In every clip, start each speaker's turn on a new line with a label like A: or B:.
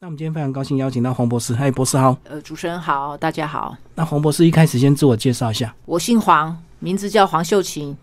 A: 那我们今天非常高兴邀请到黄博士，嗨，博士好。
B: 呃，主持人好，大家好，
A: 那黄博士一开始先自我介绍一下。
B: 我姓黄，名字叫黄秀琴，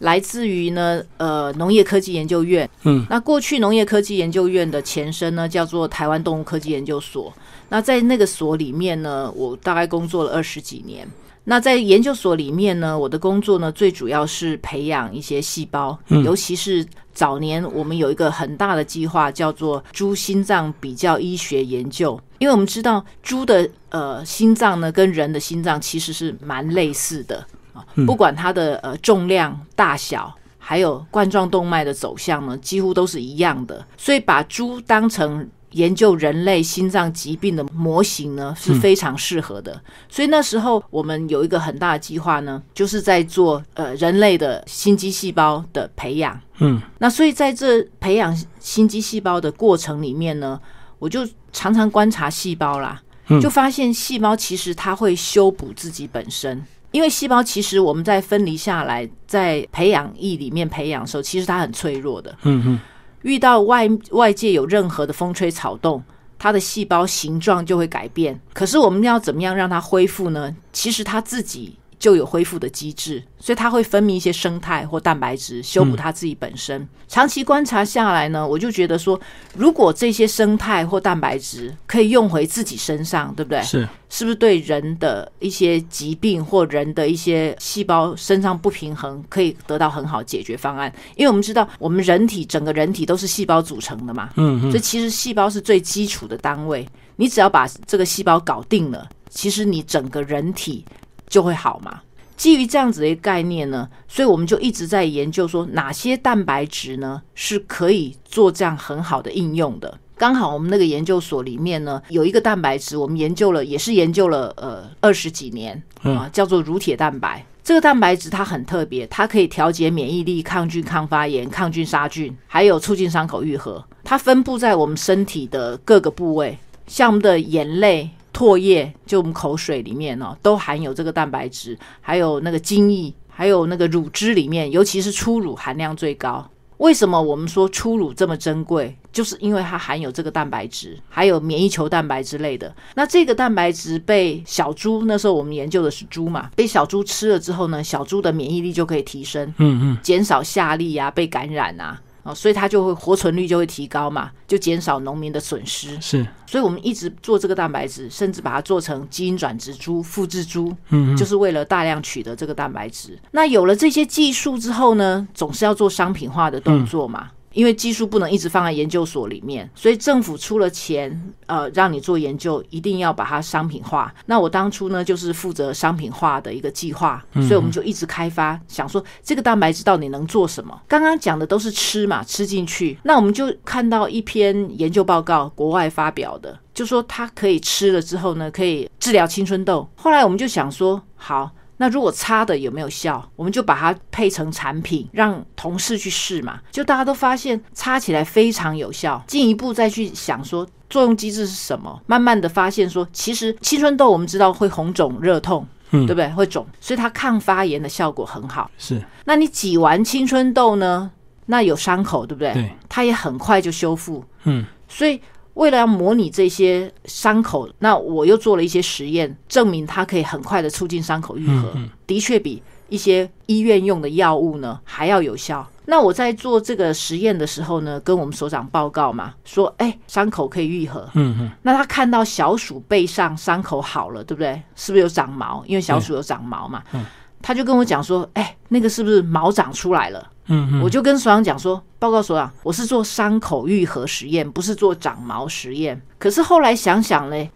B: 来自于呢呃农业科技研究院。
A: 嗯，
B: 那过去农业科技研究院的前身呢叫做台湾动物科技研究所。那在那个所里面呢，我大概工作了二十几年。那在研究所里面呢，我的工作呢最主要是培养一些细胞，尤其是早年我们有一个很大的计划叫做猪心脏比较医学研究，因为我们知道猪的呃心脏呢跟人的心脏其实是蛮类似的，啊不管它的呃重量、大小，还有冠状动脉的走向呢，几乎都是一样的。所以把猪当成研究人类心脏疾病的模型呢，是非常适合的。所以那时候我们有一个很大的计划呢，就是在做呃人类的心肌细胞的培养。
A: 嗯，
B: 那所以在这培养心肌细胞的过程里面呢，我就常常观察细胞啦，就发现细胞其实它会修补自己本身。因为细胞其实我们在分离下来，在培养液里面培养的时候，其实它很脆弱的。
A: 嗯嗯，
B: 遇到外外界有任何的风吹草动，它的细胞形状就会改变。可是我们要怎么样让它恢复呢？其实它自己就有恢复的机制，所以它会分泌一些生态或蛋白质修补它自己本身。长期观察下来呢，我就觉得说，如果这些生态或蛋白质可以用回自己身上，对不对？
A: 是，
B: 是不是对人的一些疾病或人的一些细胞身上不平衡可以得到很好解决方案？因为我们知道，我们人体整个人体都是细胞组成的嘛，
A: 嗯嗯
B: 所以其实细胞是最基础的单位。你只要把这个细胞搞定了，其实你整个人体就会好嘛。基于这样子的一个概念呢，所以我们就一直在研究说哪些蛋白质呢是可以做这样很好的应用的。刚好我们那个研究所里面呢，有一个蛋白质，我们研究了，也是研究了呃二十几年
A: 嗯
B: 啊，叫做乳铁蛋白。这个蛋白质它很特别，它可以调节免疫力、抗菌、抗发炎、抗菌杀菌，还有促进伤口愈合。它分布在我们身体的各个部位，像我们的眼泪、唾液，就我们口水里面哦，都含有这个蛋白质，还有那个精液，还有那个乳汁里面，尤其是初乳含量最高。为什么我们说初乳这么珍贵？就是因为它含有这个蛋白质，还有免疫球蛋白之类的。那这个蛋白质被小猪那时候我们研究的是猪嘛，被小猪吃了之后呢，小猪的免疫力就可以提升。
A: 嗯
B: 减少下痢啊、被感染啊，哦，所以它就会活存率就会提高嘛，就减少农民的损失
A: 嗯，。是，
B: 所以我们一直做这个蛋白质，甚至把它做成基因转植株、复制株，
A: 嗯
B: 就是为了大量取得这个蛋白质。那有了这些技术之后呢，总是要做商品化的动作嘛。因为技术不能一直放在研究所里面，所以政府出了钱，呃，让你做研究，一定要把它商品化。那我当初呢，就是负责商品化的一个计划，所以我们就一直开发，想说这个蛋白质到底能做什么？刚刚讲的都是吃嘛，吃进去。那我们就看到一篇研究报告，国外发表的，就说它可以吃了之后呢，可以治疗青春痘。后来我们就想说，好。那如果擦的有没有效，我们就把它配成产品，让同事去试嘛。就大家都发现擦起来非常有效，进一步再去想说作用机制是什么，慢慢的发现说，其实青春痘我们知道会红肿热痛，
A: 嗯
B: 对不对？会肿，所以它抗发炎的效果很好。
A: 是，
B: 那你挤完青春痘呢？那有伤口，对不对？
A: 对，
B: 它也很快就修复。
A: 嗯，
B: 所以为了要模拟这些伤口，那我又做了一些实验，证明它可以很快的促进伤口愈合，
A: 嗯
B: 的确比一些医院用的药物呢还要有效。那我在做这个实验的时候呢，跟我们所长报告嘛，说，哎，伤口可以愈合。
A: 嗯嗯
B: 那他看到小鼠背上伤口好了，对不对？是不是有长毛？因为小鼠有长毛嘛。
A: 嗯
B: 他就跟我讲说，哎、那个是不是毛长出来了？
A: 嗯
B: 我就跟所长讲说，报告所长，我是做伤口愈合实验，不是做长毛实验。可是后来想想嘞，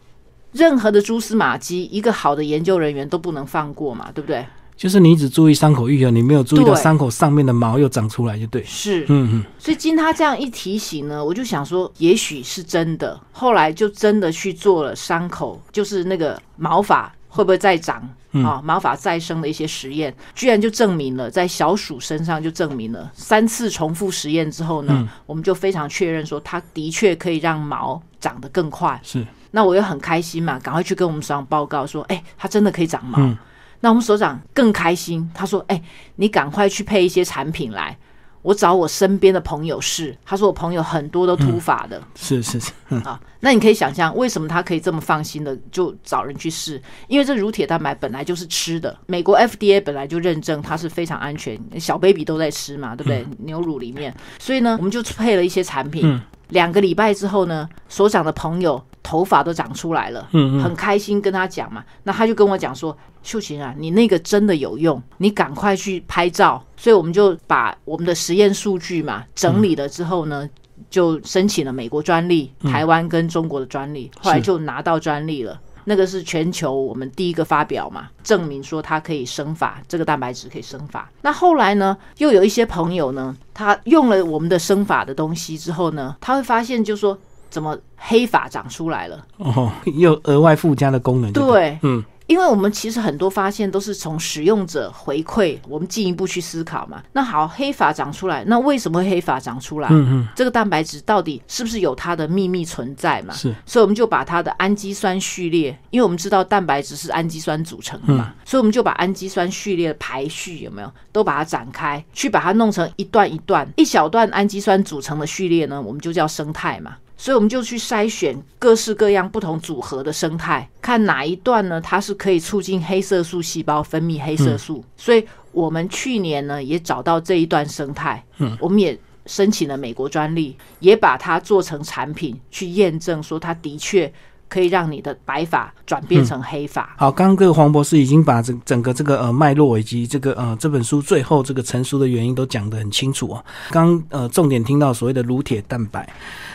B: 任何的蛛丝马迹，一个好的研究人员都不能放过嘛，对不对？
A: 嗯，就是你只注意伤口愈合，你没有注意到
B: 对
A: 伤口上面的毛又长出来，就对。
B: 是，
A: 嗯嗯
B: 所以经他这样一提醒呢，我就想说，也许是真的。后来就真的去做了伤口，就是那个毛发会不会再长啊、毛发再生的一些实验，居然就证明了，在小鼠身上就证明了。三次重复实验之后呢，我们就非常确认说，它的确可以让毛长得更快。
A: 是，
B: 那我又很开心嘛，赶快去跟我们所长报告说，哎、它真的可以长毛。
A: 嗯
B: 那我们所长更开心，他说，哎、你赶快去配一些产品来。我找我身边的朋友试，他说我朋友很多都秃发的、
A: 是是是，嗯
B: 啊，那你可以想象为什么他可以这么放心的就找人去试，因为这乳铁蛋白本来就是吃的，美国 FDA 本来就认证它是非常安全，小 baby 都在吃嘛，对不对？牛乳里面，所以呢，我们就配了一些产品。
A: 嗯
B: 两个礼拜之后呢，首长的朋友头发都长出来了，
A: 嗯嗯，
B: 很开心跟他讲嘛，那他就跟我讲说，秀琴啊，你那个真的有用，你赶快去拍照。所以我们就把我们的实验数据嘛
A: 嗯
B: 整理了之后呢，就申请了美国专利、台湾跟中国的专利，后来就拿到专利了。那个是全球我们第一个发表嘛，证明说它可以生发，这个蛋白质可以生发。那后来呢，又有一些朋友呢，他用了我们的生发的东西之后呢，他会发现就说怎么黑发长出来了。
A: 哦， 又额外附加的功能就对，
B: 对，
A: 嗯，
B: 因为我们其实很多发现都是从使用者回馈，我们进一步去思考嘛。那好，黑发长出来，那为什么会黑发长出来？
A: 嗯嗯，
B: 这个蛋白质到底是不是有它的秘密存在嘛？
A: 是，
B: 所以我们就把它的氨基酸序列，因为我们知道蛋白质是氨基酸组成
A: 嗯
B: 的嘛，所以我们就把氨基酸序列的排序有没有都把它展开，去把它弄成一段一段，一小段氨基酸组成的序列呢，我们就叫生态嘛。所以我们就去筛选各式各样不同组合的生态，看哪一段呢，它是可以促进黑色素细胞分泌黑色素。所以我们去年呢也找到这一段生态，我们也申请了美国专利，也把它做成产品去验证，说它的确可以让你的白发转变成黑发。
A: 好，刚刚这个黄博士已经把整整个这个呃脉络以及这个呃这本书最后这个成书的原因都讲得很清楚哦。刚呃重点听到所谓的乳铁蛋白，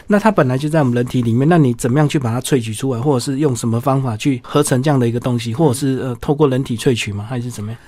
A: 那它本来就在我们人体里面，那你怎么样去把它萃取出来，或者是用什么方法去合成这样的一个东西，或者是呃透过人体萃取吗？还是怎么样？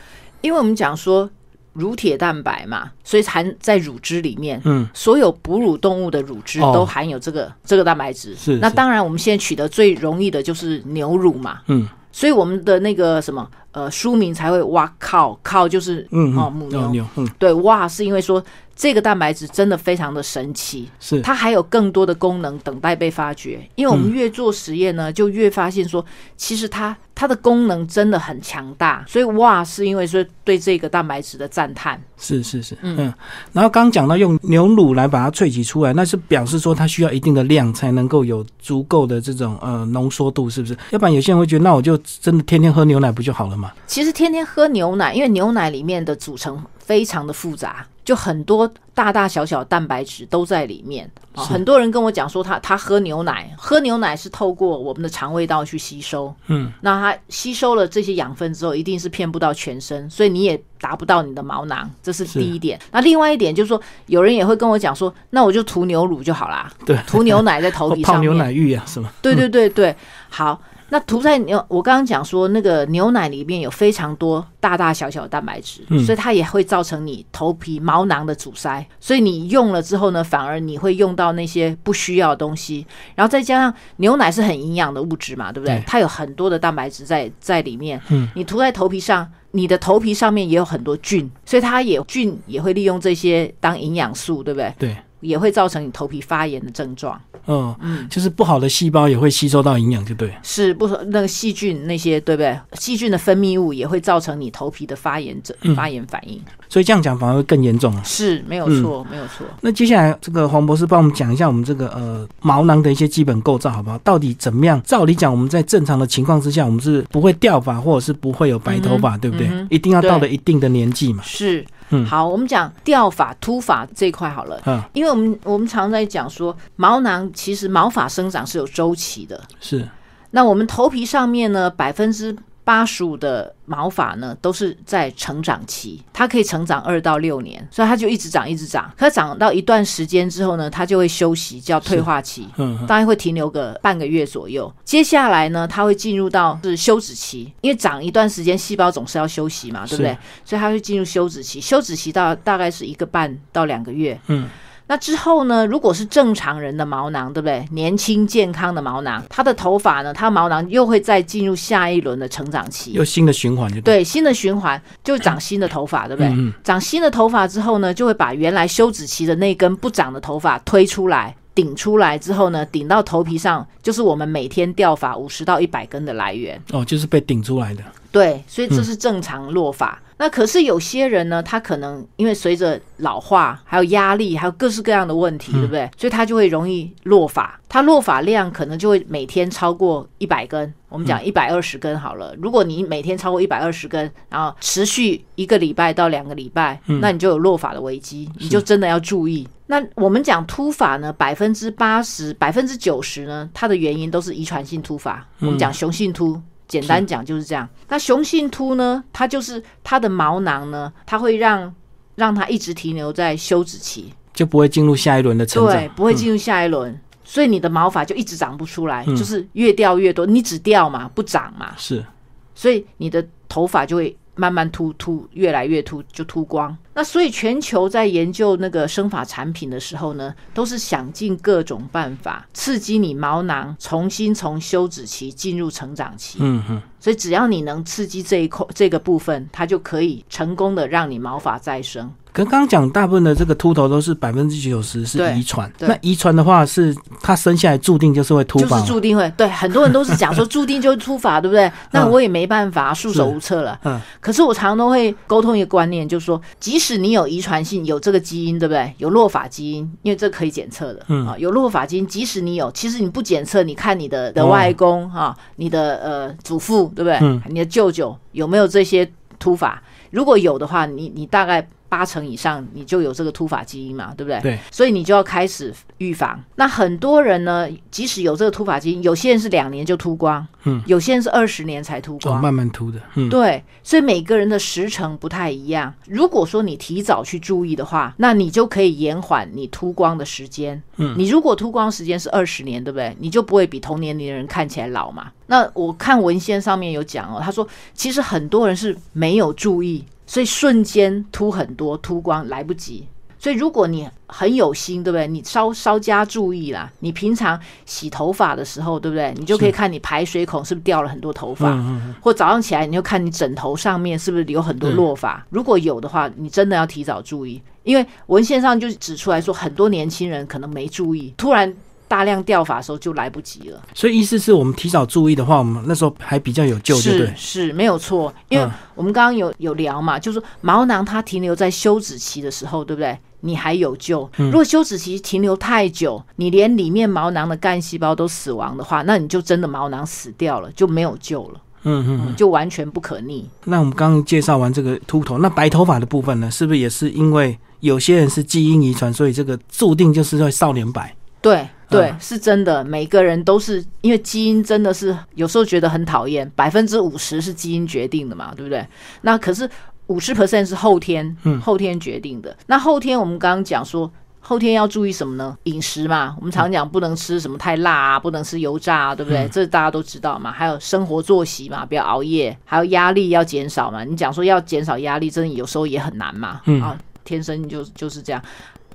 B: 因为我们讲说乳铁蛋白嘛，所以含在乳汁里面。
A: 嗯，
B: 所有哺乳动物的乳汁
A: 哦
B: 都含有这个、这个蛋白质。
A: 是
B: 那
A: 是
B: 当然，我们现在取得最容易的就是牛乳嘛。
A: 嗯，
B: 所以我们的那个什么呃书名才会哇靠靠就是
A: 嗯
B: 哦
A: 嗯，
B: 母
A: 哦
B: 牛
A: 牛，嗯
B: 对哇是因为说这个蛋白质真的非常的神奇，
A: 是
B: 它还有更多的功能等待被发掘。因为我们越做实验呢，就越发现说，其实它它的功能真的很强大。所以哇，是因为说对这个蛋白质的赞叹。
A: 是是是，嗯。然后刚讲到用牛乳来把它萃取出来，那是表示说它需要一定的量才能够有足够的这种呃浓缩度，是不是？要不然有些人会觉得，那我就真的天天喝牛奶不就好了嘛？
B: 其实天天喝牛奶，因为牛奶里面的组成非常的复杂，就很多大大小小蛋白质都在里面。啊、
A: 是
B: 很多人跟我讲说他他喝牛奶，喝牛奶是透过我们的肠胃道去吸收，
A: 嗯，
B: 那它吸收了这些养分之后，一定是骗不到全身，所以你也达不到你的毛囊，这是第一点。那另外一点就是说，有人也会跟我讲说，那我就涂牛乳就好啦，
A: 对，
B: 涂牛奶在头
A: 或
B: 皮
A: 泡
B: 上
A: 牛
B: 面，
A: 奶浴啊，是吗？
B: 对对对对，好。那涂在牛，我刚刚讲说那个牛奶里面有非常多大大小小的蛋白质，所以它也会造成你头皮毛囊的阻塞。所以你用了之后呢，反而你会用到那些不需要的东西。然后再加上牛奶是很营养的物质嘛，对不对？
A: 对
B: 它有很多的蛋白质在在里面。你涂在头皮上，你的头皮上面也有很多菌，所以它也菌也会利用这些当营养素，对不对？
A: 对，
B: 也会造成你头皮发炎的症状。
A: 嗯，就是不好的细胞也会吸收到营养，就对了。
B: 是不那个细菌那些对不对？细菌的分泌物也会造成你头皮的发炎症、发炎反应，
A: 所以这样讲反而会更严重啊。
B: 是没有错，没有错。
A: 那接下来，这个黄博士帮我们讲一下我们这个呃毛囊的一些基本构造，好不好？到底怎么样？照理讲，我们在正常的情况之下，我们是不会掉发，或者是不会有白头发，对不对？一定要到了一定的年纪嘛。
B: 是，
A: 嗯
B: 好，我们讲掉发、秃发这一块好了，
A: 嗯，
B: 因为我们我们常在讲说，毛囊其实毛发生长是有周期的。
A: 是，
B: 那我们头皮上面呢，百分之八十五的毛发呢，都是在成长期，它可以成长二到六年，所以它就一直长，一直长。可长到一段时间之后呢，它就会休息，叫退化期。
A: 嗯，
B: 大概会停留个半个月左右。接下来呢，它会进入到是休止期，因为长一段时间，细胞总是要休息嘛，对不对
A: 是？
B: 所以它会进入休止期，休止期到大概是一个半到两个月。
A: 嗯。
B: 那之后呢？如果是正常人的毛囊，对不对？年轻健康的毛囊，它的头发呢，它毛囊又会再进入下一轮的成长期
A: 有，新的循环就对。
B: 对，新的循环就长新的头发，对不对？
A: 嗯嗯
B: 长新的头发之后呢，就会把原来休止期的那根不长的头发推出来，顶出来之后呢，顶到头皮上，就是我们每天掉发五十到一百根的来源。
A: 哦，就是被顶出来的，
B: 对，所以这是正常落发。那可是有些人呢，他可能因为随着老化，还有压力，还有各式各样的问题，对不对？所以他就会容易落发，他落发量可能就会每天超过一百根。我们讲一百二十根好了，如果你每天超过一百二十根，然后持续一个礼拜到两个礼拜，那你就有落发的危机，你就真的要注意。那我们讲秃发呢，百分之八十、百分之九十呢，它的原因都是遗传性秃发。我们讲雄性秃，简单讲就是这样。那雄性秃呢，它就是它的毛囊呢，它会让让它一直停留在休止期，
A: 就不会进入下一轮的成
B: 对
A: 长。，嗯
B: 不会进入下一轮，所以你的毛发就一直长不出来，
A: 嗯
B: 就是越掉越多，你只掉嘛，不长嘛，
A: 是，
B: 所以你的头发就会慢慢秃秃，越来越秃，就秃光。那所以全球在研究那个生发产品的时候呢，都是想尽各种办法刺激你毛囊重新从休止期进入成长期。
A: 嗯哼，
B: 所以只要你能刺激这一块这个部分，它就可以成功的让你毛发再生。
A: 跟刚刚讲大部分的这个秃头都是百分之九十是
B: 对
A: 遗传，
B: 对
A: 那遗传的话是他生下来注定就是会秃
B: 就是
A: 吧？
B: 注定会对很多人都是讲说注定就是秃发，对 不对？那我也没办法，束手无策了。
A: 嗯，
B: 可是我常常都会沟通一个观念，就是说，即使你有遗传性，有这个基因，对不对？有落发基因，因为这可以检测的。
A: 嗯
B: 啊，有落发基因，即使你有，其实你不检测，你看你的的
A: 哦
B: 外公啊，你的呃祖父，对不对？
A: 嗯
B: 你的舅舅有没有这些秃发？如果有的话，你你大概八成以上你就有这个秃发基因嘛，对不对？
A: 对，
B: 所以你就要开始预防。那很多人呢，即使有这个秃发基因，有些人是两年就秃光，
A: 嗯，
B: 有些人是二十年才秃
A: 哦，
B: 光。
A: 慢慢秃的，嗯，
B: 对，所以每个人的时程不太一样。如果说你提早去注意的话，那你就可以延缓你秃光的时间。嗯，你如果秃光时间是二十年，对不对？你就不会比同年龄的人看起来老嘛。那我看文献上面有讲哦，他说其实很多人是没有注意，所以瞬间秃很多，秃光来不及。所以，如果你很有心，对不对？你稍稍加注意啦。你平常洗头发的时候，对不对？你就可以看你排水孔是不是掉了很多头发，
A: 嗯
B: 或早上起来你就看你枕头上面是不是有很
A: 嗯
B: 多落发。如果有的话，你真的要提早注意，因为文献上就指出来说，很多年轻人可能没注意，突然大量掉发的时候就来不及了。
A: 所以意思是我们提早注意的话，我们那时候还比较有救，对不
B: 是
A: 对？
B: 是没有错，因为
A: 嗯
B: 我们刚刚有有聊嘛，就是说毛囊它停留在休止期的时候，对不对？你还有救。
A: 嗯
B: 如果休止期停留太久，你连里面毛囊的干细胞都死亡的话，那你就真的毛囊死掉了，就没有救了，
A: 嗯嗯。
B: 就完全不可逆。
A: 那我们刚刚介绍完这个秃头，那白头发的部分呢，是不是也是因为有些人是基因遗传，所以这个注定就是会少年白？
B: 对对，
A: 嗯
B: 是真的，每个人都是因为基因真的是有时候觉得很讨厌，百分之五十是基因决定的嘛，对不对？那可是五十 percent 是后天，后天决定的。那后天我们刚刚讲说。后天要注意什么呢？饮食嘛，我们常讲不能吃什么太辣啊，不能吃油炸啊，对不对？这大家都知道嘛。还有生活作息嘛，不要熬夜，还有压力要减少嘛。你讲说要减少压力，真的有时候也很难嘛。啊，天生就就是这样。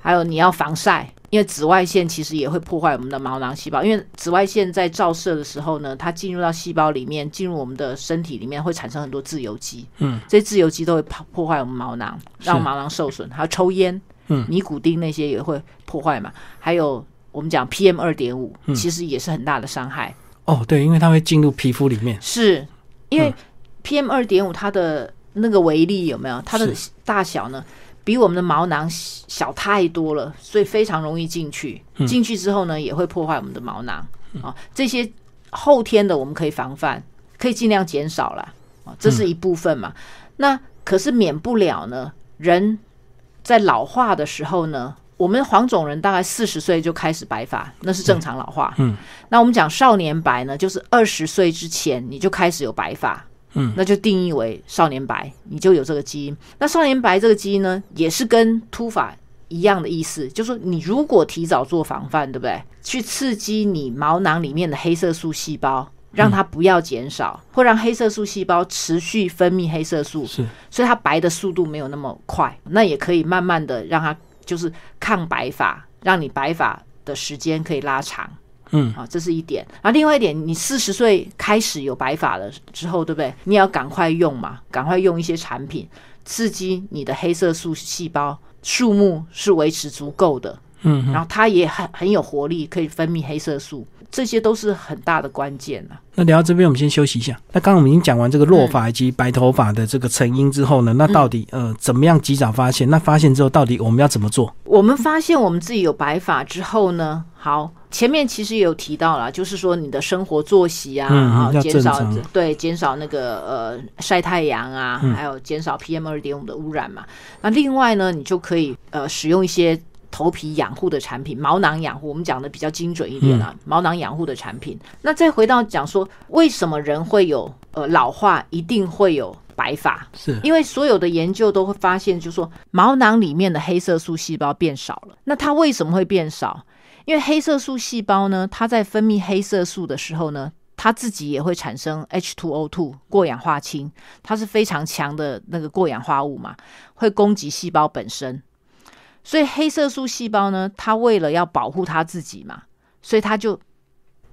B: 还有你要防晒，因为紫外线其实也会破坏我们的毛囊细胞，因为紫外线在照射的时候呢，它进入到细胞里面，进入我们的身体里面，会产生很多自由基。
A: 嗯，
B: 这些自由基都会破破坏我们毛囊，
A: 是
B: 让毛囊受损。还有抽烟，
A: 嗯
B: 尼古丁那些也会破坏嘛。还有我们讲 PM 二点五，
A: 嗯
B: 其实也是很大的伤害。
A: 哦，对，因为它会进入皮肤里面。
B: 是因为 PM 二点五它的那个微粒有没有？它的大小呢，比我们的毛囊小小太多了，所以非常容易进去。进去之后呢，也会破坏我们的毛囊啊。这些后天的我们可以防范，可以尽量减少啦。啊，这是一部分嘛。那可是免不了呢，人在老化的时候呢。我们黄种人大概四十岁就开始白发，那是正常老化。那我们讲少年白呢，就是二十岁之前你就开始有白发，
A: 嗯，
B: 那就定义为少年白，你就有这个基因。那少年白这个基因呢，也是跟秃发一样的意思，就是说你如果提早做防范，对不对？去刺激你毛囊里面的黑色素细胞。让它不要减少，或让黑色素细胞持续分泌黑色素，
A: 嗯是，
B: 所以它白的速度没有那么快，那也可以慢慢的让它就是抗白发，让你白发的时间可以拉长。
A: 嗯，
B: 啊，这是一点。然后另外一点，你四十岁开始有白发了之后，对不对？你也要赶快用嘛，赶快用一些产品刺激你的黑色素细胞数目是维持足够的，
A: 嗯哼
B: 然后它也很很有活力，可以分泌黑色素，这些都是很大的关键啊。
A: 那聊到这边，我们先休息一下。那刚刚我们已经讲完这个落发以及白头发的这个成因之后呢，那到底呃怎么样及早发现？那发现之后到底我们要怎么做？
B: 我们发现我们自己有白发之后呢，好，前面其实也有提到了，就是说你的生活作息啊，
A: 嗯嗯
B: 啊，
A: 要
B: 减少
A: 正常嗯
B: 这对减少那个呃晒太阳啊，还有减少 PM 二点五的污染嘛。那另外呢，你就可以呃使用一些。头皮养护的产品，毛囊养护，我们讲的比较精准一点
A: 嗯
B: 啊，毛囊养护的产品。那再回到讲说，为什么人会有呃老化，一定会有白发？
A: 是
B: 因为所有的研究都会发现，就是说毛囊里面的黑色素细胞变少了。那它为什么会变少？因为黑色素细胞呢，它在分泌黑色素的时候呢，它自己也会产生 H2O2 过氧化氢，它是非常强的那个过氧化物嘛，会攻击细胞本身。所以黑色素细胞呢，它为了要保护它自己嘛，所以它就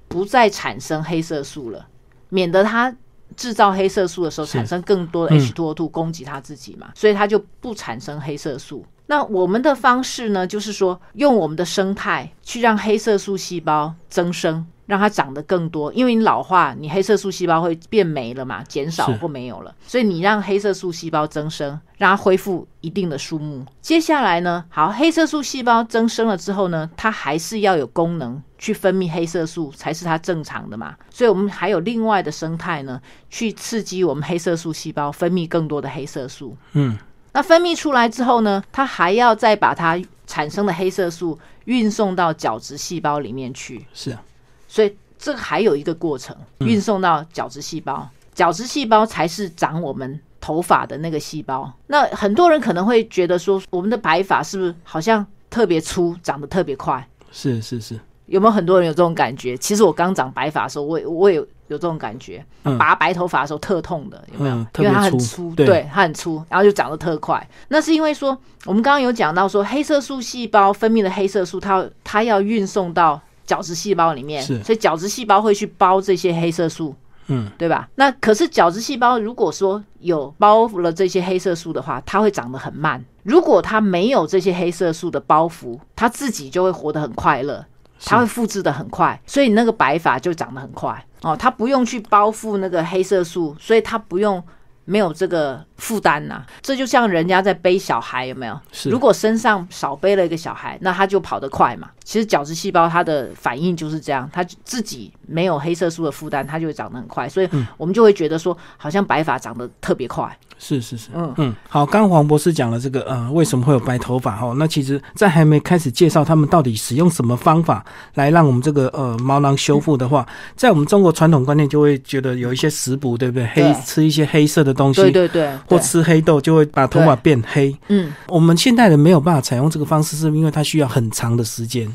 B: 不再产生黑色素了，免得它制造黑色素的时候
A: 是
B: 产生更多的
A: 嗯
B: H2O2 攻击它自己嘛，所以它就不产生黑色素。那我们的方式呢，就是说用我们的生态去让黑色素细胞增生，让它长得更多。因为你老化，你黑色素细胞会变没了嘛，减少
A: 是
B: 或没有了，所以你让黑色素细胞增生，让它恢复一定的数目。接下来呢，好，黑色素细胞增生了之后呢，它还是要有功能去分泌黑色素，才是它正常的嘛。所以我们还有另外的生态呢，去刺激我们黑色素细胞分泌更多的黑色素。
A: 嗯，
B: 那分泌出来之后呢，它还要再把它产生的黑色素运送到角质细胞里面去。
A: 是啊，
B: 所以这个还有一个过程，运送到角质细胞，角质细胞才是长我们头发的那个细胞。那很多人可能会觉得说，我们的白发是不是好像特别粗，长得特别快？
A: 是是是，
B: 有没有很多人有这种感觉？其实我刚长白发的时候，我也我也有有这种感觉，
A: 嗯
B: 拔白头发的时候特痛的，有没有？
A: 嗯，特
B: 因为它
A: 别
B: 很
A: 粗，
B: 粗，
A: 对
B: 对，它很粗，然后就长得特快。那是因为说，我们刚刚有讲到说，黑色素细胞分泌的黑色素，它它要运送到角质细胞里面，
A: 是
B: 所以角质细胞会去包这些黑色素，
A: 嗯，
B: 对吧？那可是角质细胞如果说有包覆了这些黑色素的话，它会长得很慢。如果它没有这些黑色素的包袱，它自己就会活得很快乐，
A: 是
B: 它会复制的很快，所以你那个白发就长得很快哦。它不用去包覆那个黑色素，所以它不用没有这个负担呐、这就像人家在背小孩，有没有？
A: 是
B: 如果身上少背了一个小孩，那他就跑得快嘛。其实角质细胞它的反应就是这样，它自己没有黑色素的负担，它就会长得很快。所以
A: 嗯
B: 我们就会觉得说，好像白发长得特别快。
A: 是是是，
B: 嗯
A: 嗯，好，刚刚黄博士讲了这个，呃，为什么会有白头发哦？那其实，在还没开始介绍他们到底使用什么方法来让我们这个呃毛囊修复的话，在我们中国传统观念就会觉得有一些食补，对不对？黑
B: 对
A: 吃一些黑色的东西，
B: 对对对，
A: 或
B: 对
A: 吃黑豆就会把头发
B: 对
A: 变黑。
B: 嗯，
A: 我们现代人没有办法采用这个方式，是因为它需要很长的时间，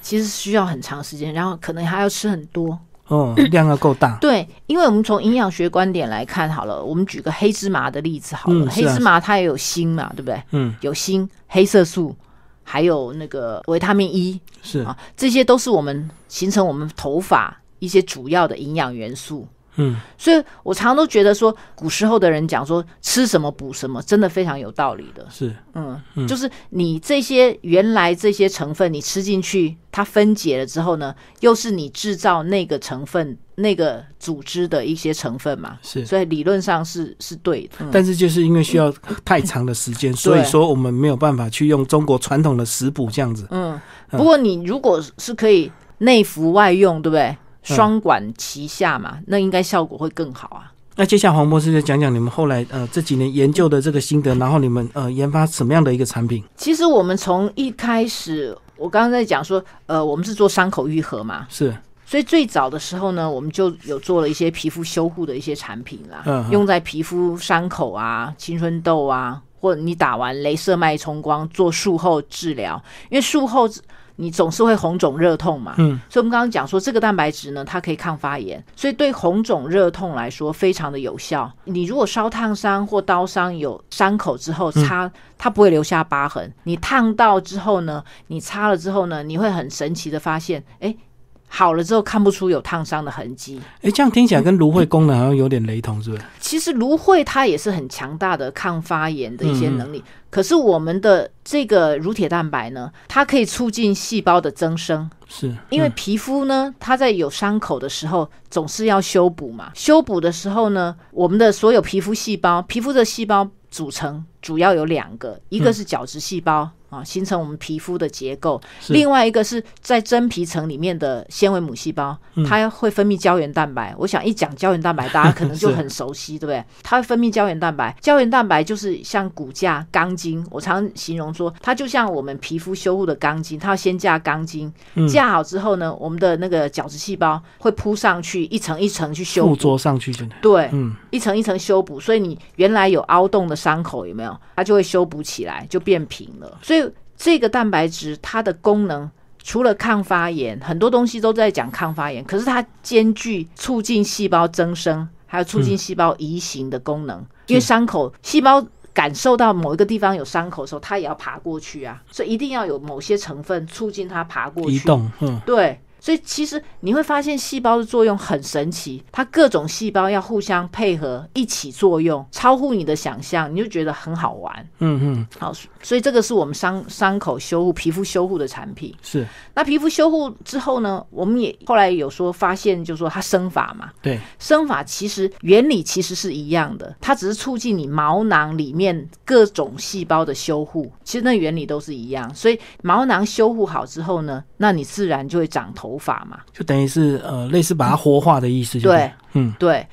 B: 其实需要很长时间，然后可能还要吃很多。
A: 哦，
B: 嗯
A: 量要够大，
B: 对，因为我们从营养学观点来看好了，我们举个黑芝麻的例子好了，
A: 嗯
B: 黑
A: 是啊
B: 芝麻它也有锌嘛，对不对？
A: 嗯，
B: 有锌、黑色素，还有那个维他命 E，
A: 是，
B: 啊，这些都是我们形成我们头发一些主要的营养元素。
A: 嗯，
B: 所以我常都觉得说，古时候的人讲说吃什么补什么，真的非常有道理的。
A: 是，
B: 嗯，就是你这些原来这些成分你吃进去，它分解了之后呢，又是你制造那个成分、那个组织的一些成分嘛，
A: 是。
B: 所以理论上是是对的。嗯
A: 但是就是因为需要太长的时间，所以说我们没有办法去用中国传统的食补这样子。
B: 嗯，不过你如果是可以内服外用，对不对？双管齐下嘛，那应该效果会更好啊。
A: 那接下来黄博士就讲讲你们后来呃这几年研究的这个心得，然后你们呃研发什么样的一个产品？
B: 其实我们从一开始，我刚刚在讲说，呃，我们是做伤口愈合嘛，
A: 是
B: 所以最早的时候呢，我们就有做了一些皮肤修护的一些产品啦，
A: 嗯嗯
B: 用在皮肤伤口啊、青春痘啊，或者你打完镭射脉冲光做术后治疗，因为术后你总是会红肿热痛嘛，
A: 嗯，
B: 所以我们刚刚讲说这个蛋白质呢，它可以抗发炎，所以对红肿热痛来说非常的有效。你如果烧烫伤或刀伤有伤口之后擦，
A: 嗯
B: 它不会留下疤痕。你烫到之后呢，你擦了之后呢，你会很神奇的发现，哎，好了之后看不出有烫伤的痕迹。
A: 哎，这样听起来跟芦荟功能好像有点雷同，是不是？
B: 其实芦荟它也是很强大的抗发炎的一些能力，可是我们的这个乳铁蛋白呢，它可以促进细胞的增生，
A: 是，
B: 因为
A: 嗯
B: 皮肤呢，它在有伤口的时候总是要修补嘛。修补的时候呢，我们的所有皮肤细胞，皮肤的细胞组成主要有两个，一个是角质细胞。啊，形成我们皮肤的结构。
A: 是
B: 另外一个是在真皮层里面的纤维母细胞，它会分泌胶原蛋白。我想一讲胶原蛋白，大家可能就是很熟悉，对不对？它会分泌胶原蛋白，胶原蛋白就是像骨架、钢筋。我常常形容说，它就像我们皮肤修护的钢筋，它要先架钢筋，架好之后呢，我们的那个角质细胞会铺上去，一层一层去修
A: 附
B: 补。
A: 着上去就
B: 对，
A: 嗯
B: 一层一层修补，所以你原来有凹洞的伤口有没有？它就会修补起来，就变平了。所以这个蛋白质它的功能。除了抗发炎，很多东西都在讲抗发炎，可是它兼具促进细胞增生，还有促进细胞移行的功能。因为伤口细胞感受到某一个地方有伤口的时候，它也要爬过去啊，所以一定要有某些成分促进它爬过
A: 移
B: 去。啊
A: 动，嗯，
B: 对，所以其实你会发现细胞的作用很神奇，它各种细胞要互相配合，一起作用，超乎你的想象，你就觉得很好玩。
A: 嗯嗯，
B: 好，所以这个是我们伤伤口修护、皮肤修护的产品。
A: 是
B: 那皮肤修护之后呢，我们也后来有说发现，就是说它生发嘛，
A: 对，
B: 生法其实原理其实是一样的，它只是促进你毛囊里面各种细胞的修护，其实那原理都是一样。所以毛囊修护好之后呢，那你自然就会长头发嘛。
A: 就等于是呃类似把它活化的意思，就
B: 对，
A: 嗯，
B: 对。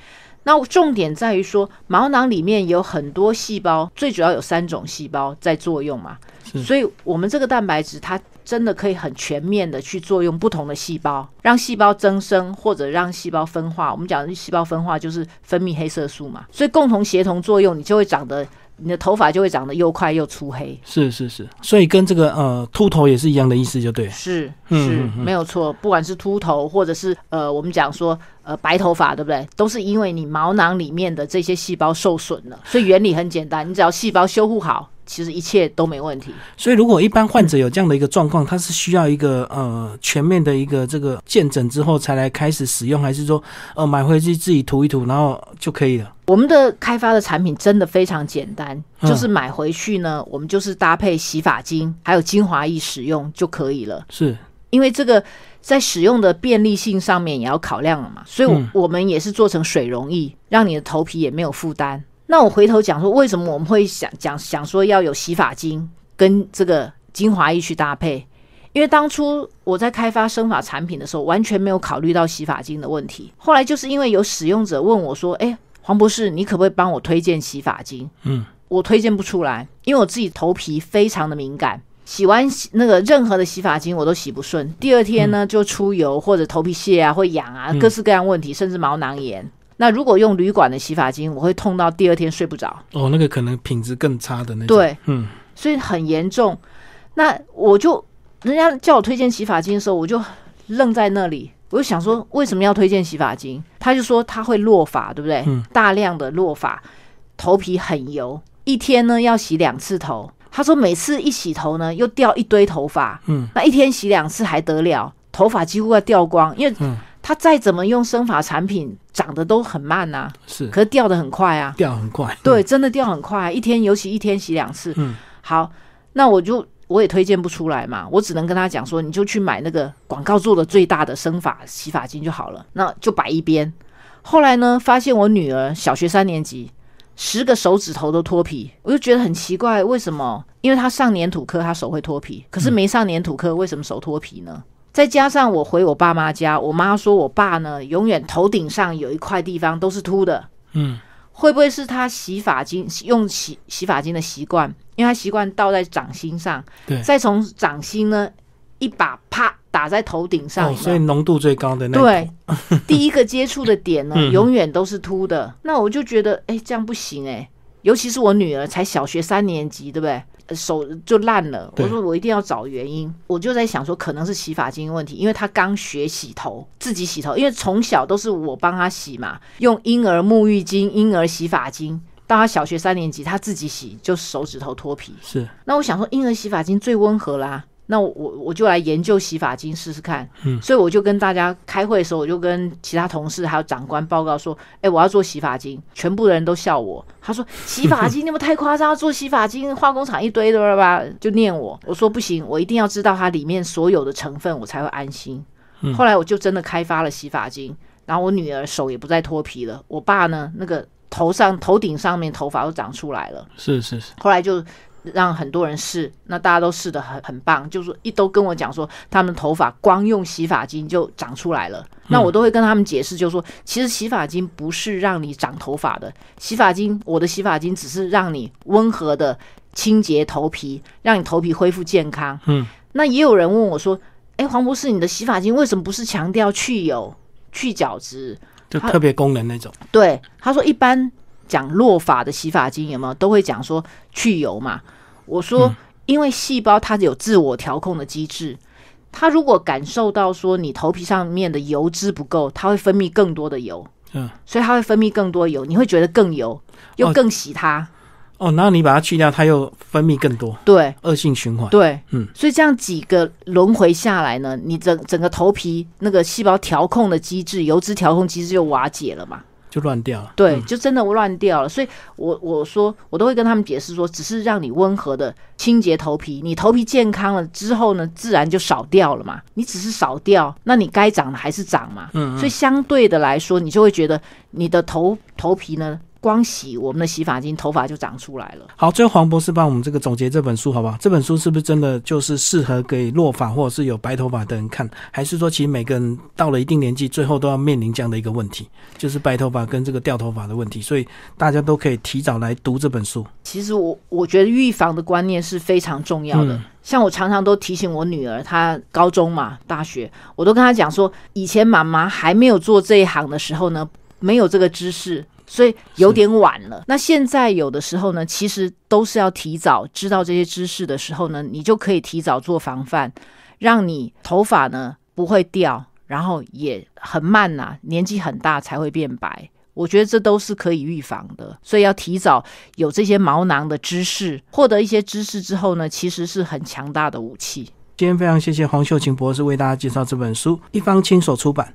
B: 那重点在于说，毛囊里面有很多细胞，最主要有三种细胞在作用嘛
A: 是，
B: 所以我们这个蛋白质它真的可以很全面的去作用不同的细胞，让细胞增生或者让细胞分化。我们讲的细胞分化就是分泌黑色素嘛，所以共同协同作用，你就会长得你的头发就会长得又快又粗黑。
A: 是是是，所以跟这个呃秃头也是一样的意思，就对，
B: 是
A: 嗯
B: 是
A: 嗯嗯
B: 没有错，不管是秃头或者是呃，我们讲说呃白头发，对不对？都是因为你毛囊里面的这些细胞受损了，所以原理很简单，你只要细胞修护好，其实一切都没问题。
A: 所以，如果一般患者有这样的一个状况，他是需要一个呃全面的一个这个见诊之后才来开始使用，还是说呃买回去自己涂一涂，然后就可以了？
B: 我们的开发的产品真的非常简单，
A: 嗯
B: 就是买回去呢，我们就是搭配洗发精还有精华液使用就可以了。
A: 是
B: 因为这个在使用的便利性上面也要考量了嘛，所以我
A: 嗯
B: 我们也是做成水溶液，让你的头皮也没有负担。那我回头讲说，为什么我们会想讲想说要有洗发精跟这个精华液去搭配？因为当初我在开发生发产品的时候，完全没有考虑到洗发精的问题。后来就是因为有使用者问我说：“哎，黄博士，你可不可以帮我推荐洗发精？”
A: 嗯，
B: 我推荐不出来，因为我自己头皮非常的敏感，洗完洗那个任何的洗发精我都洗不顺，第二天呢就出油或者头皮屑啊会痒啊，各式各样问题，甚至毛囊炎。那如果用旅馆的洗发精，我会痛到第二天睡不着，
A: 哦，那个可能品质更差的那种。，
B: 对，
A: 嗯，
B: 所以很严重。那我就人家叫我推荐洗发精的时候，我就愣在那里，我就想说为什么要推荐洗发精？他就说它会落发，对不对？
A: 嗯
B: 大量的落发，头皮很油，一天呢要洗两次头。他说每次一洗头呢，又掉一堆头发，
A: 嗯，
B: 那一天洗两次还得了？头发几乎要掉光，因为
A: 嗯
B: 他再怎么用生发产品，长得都很慢呐、
A: 是
B: 可是掉的很快啊。
A: 掉很快。
B: 对，真的掉很快，啊一天尤其一天洗两次。
A: 嗯，
B: 好，那我就我也推荐不出来嘛，我只能跟他讲说，你就去买那个广告做的最大的生发洗发精就好了，那就摆一边。后来呢，发现我女儿小学三年级，十个手指头都脱皮，我就觉得很奇怪，为什么？因为她上粘土课，她手会脱皮，可是没上粘土课，为什么手脱皮呢？再加上我回我爸妈家，我妈说我爸呢，永远头顶上有一块地方都是秃的，
A: 嗯，
B: 会不会是他洗发精用洗洗发精的习惯？因为他习惯倒在掌心上，
A: 对
B: 再从掌心呢一把啪打在头顶
A: 哦，
B: 上，有没有
A: 所以浓度最高的那一
B: 对， 第一个接触的点呢
A: 嗯，
B: 永远都是秃的。那我就觉得，哎、这样不行哎、尤其是我女儿才小学三年级，对不对？呃手就烂了，
A: 对
B: 我说我一定要找原因，我就在想说可能是洗发精问题，因为她刚学洗头，自己洗头，因为从小都是我帮她洗嘛，用婴儿沐浴巾、婴儿洗发精，到她小学三年级她自己洗，就手指头脱皮，
A: 是
B: 那我想说，婴儿洗发精最温和啦，那我我我就来研究洗发精试试看。嗯，所以我就跟大家开会的时候，我就跟其他同事还有长官报告说，哎、我要做洗发精，全部的人都笑我。他说洗发精你们太夸张，做洗发精化工厂一堆的吧，就念我。我说不行，我一定要知道它里面所有的成分，我才会安心。后来我就真的开发了洗发精，然后我女儿手也不再脱皮了，我爸呢那个头上头顶上面头发都长出来了。
A: 是是是，
B: 后来就让很多人试，那大家都试的很很棒，就是一都跟我讲说，他们头发光用洗发精就长出来了。那我都会跟他们解释，就是说，其实洗发精不是让你长头发的，洗发精我的洗发精只是让你温和的清洁头皮，让你头皮恢复健康。
A: 嗯，
B: 那也有人问我说，哎，黄博士，你的洗发精为什么不是强调去油、去角质？
A: 就特别功能那种。
B: 对，他说一般讲落发的洗发精有没有都会讲说去油嘛？我说，
A: 嗯
B: 因为细胞它有自我调控的机制，它如果感受到说你头皮上面的油脂不够，它会分泌更多的油，
A: 嗯，
B: 所以它会分泌更多油，你会觉得更油，又
A: 哦
B: 更洗它。
A: 哦，然后你把它去掉，它又分泌更多，
B: 对，
A: 恶性循环。
B: 对，
A: 嗯，
B: 所以这样几个轮回下来呢，你整整个头皮那个细胞调控的机制、油脂调控机制就瓦解了嘛。
A: 就乱掉了。嗯
B: 对，就真的乱掉了。所以我我说我都会跟他们解释说，只是让你温和的清洁头皮，你头皮健康了之后呢，自然就少掉了嘛。你只是少掉，那你该长的还是长嘛。
A: 嗯
B: 所以相对的来说，你就会觉得你的头头皮呢，光洗我们的洗发精，头发就长出来了。
A: 好，最后黄博士帮我们这个总结这本书好不好？这本书是不是真的就是适合给落发或者是有白头发的人看？还是说其实每个人到了一定年纪，最后都要面临这样的一个问题，就是白头发跟这个掉头发的问题，所以大家都可以提早来读这本书。
B: 其实我我觉得预防的观念是非常重要的。
A: 嗯
B: 像我常常都提醒我女儿，她高中嘛、大学，我都跟她讲说，以前妈妈还没有做这一行的时候呢，没有这个知识。所以有点晚了。那现在有的时候呢，其实都是要提早知道这些知识的时候呢，你就可以提早做防范，让你头发呢不会掉，然后也很慢呐、年纪很大才会变白。我觉得这都是可以预防的，所以要提早有这些毛囊的知识，获得一些知识之后呢，其实是很强大的武器。
A: 今天非常谢谢黄秀琴博士为大家介绍这本书，一方亲手出版。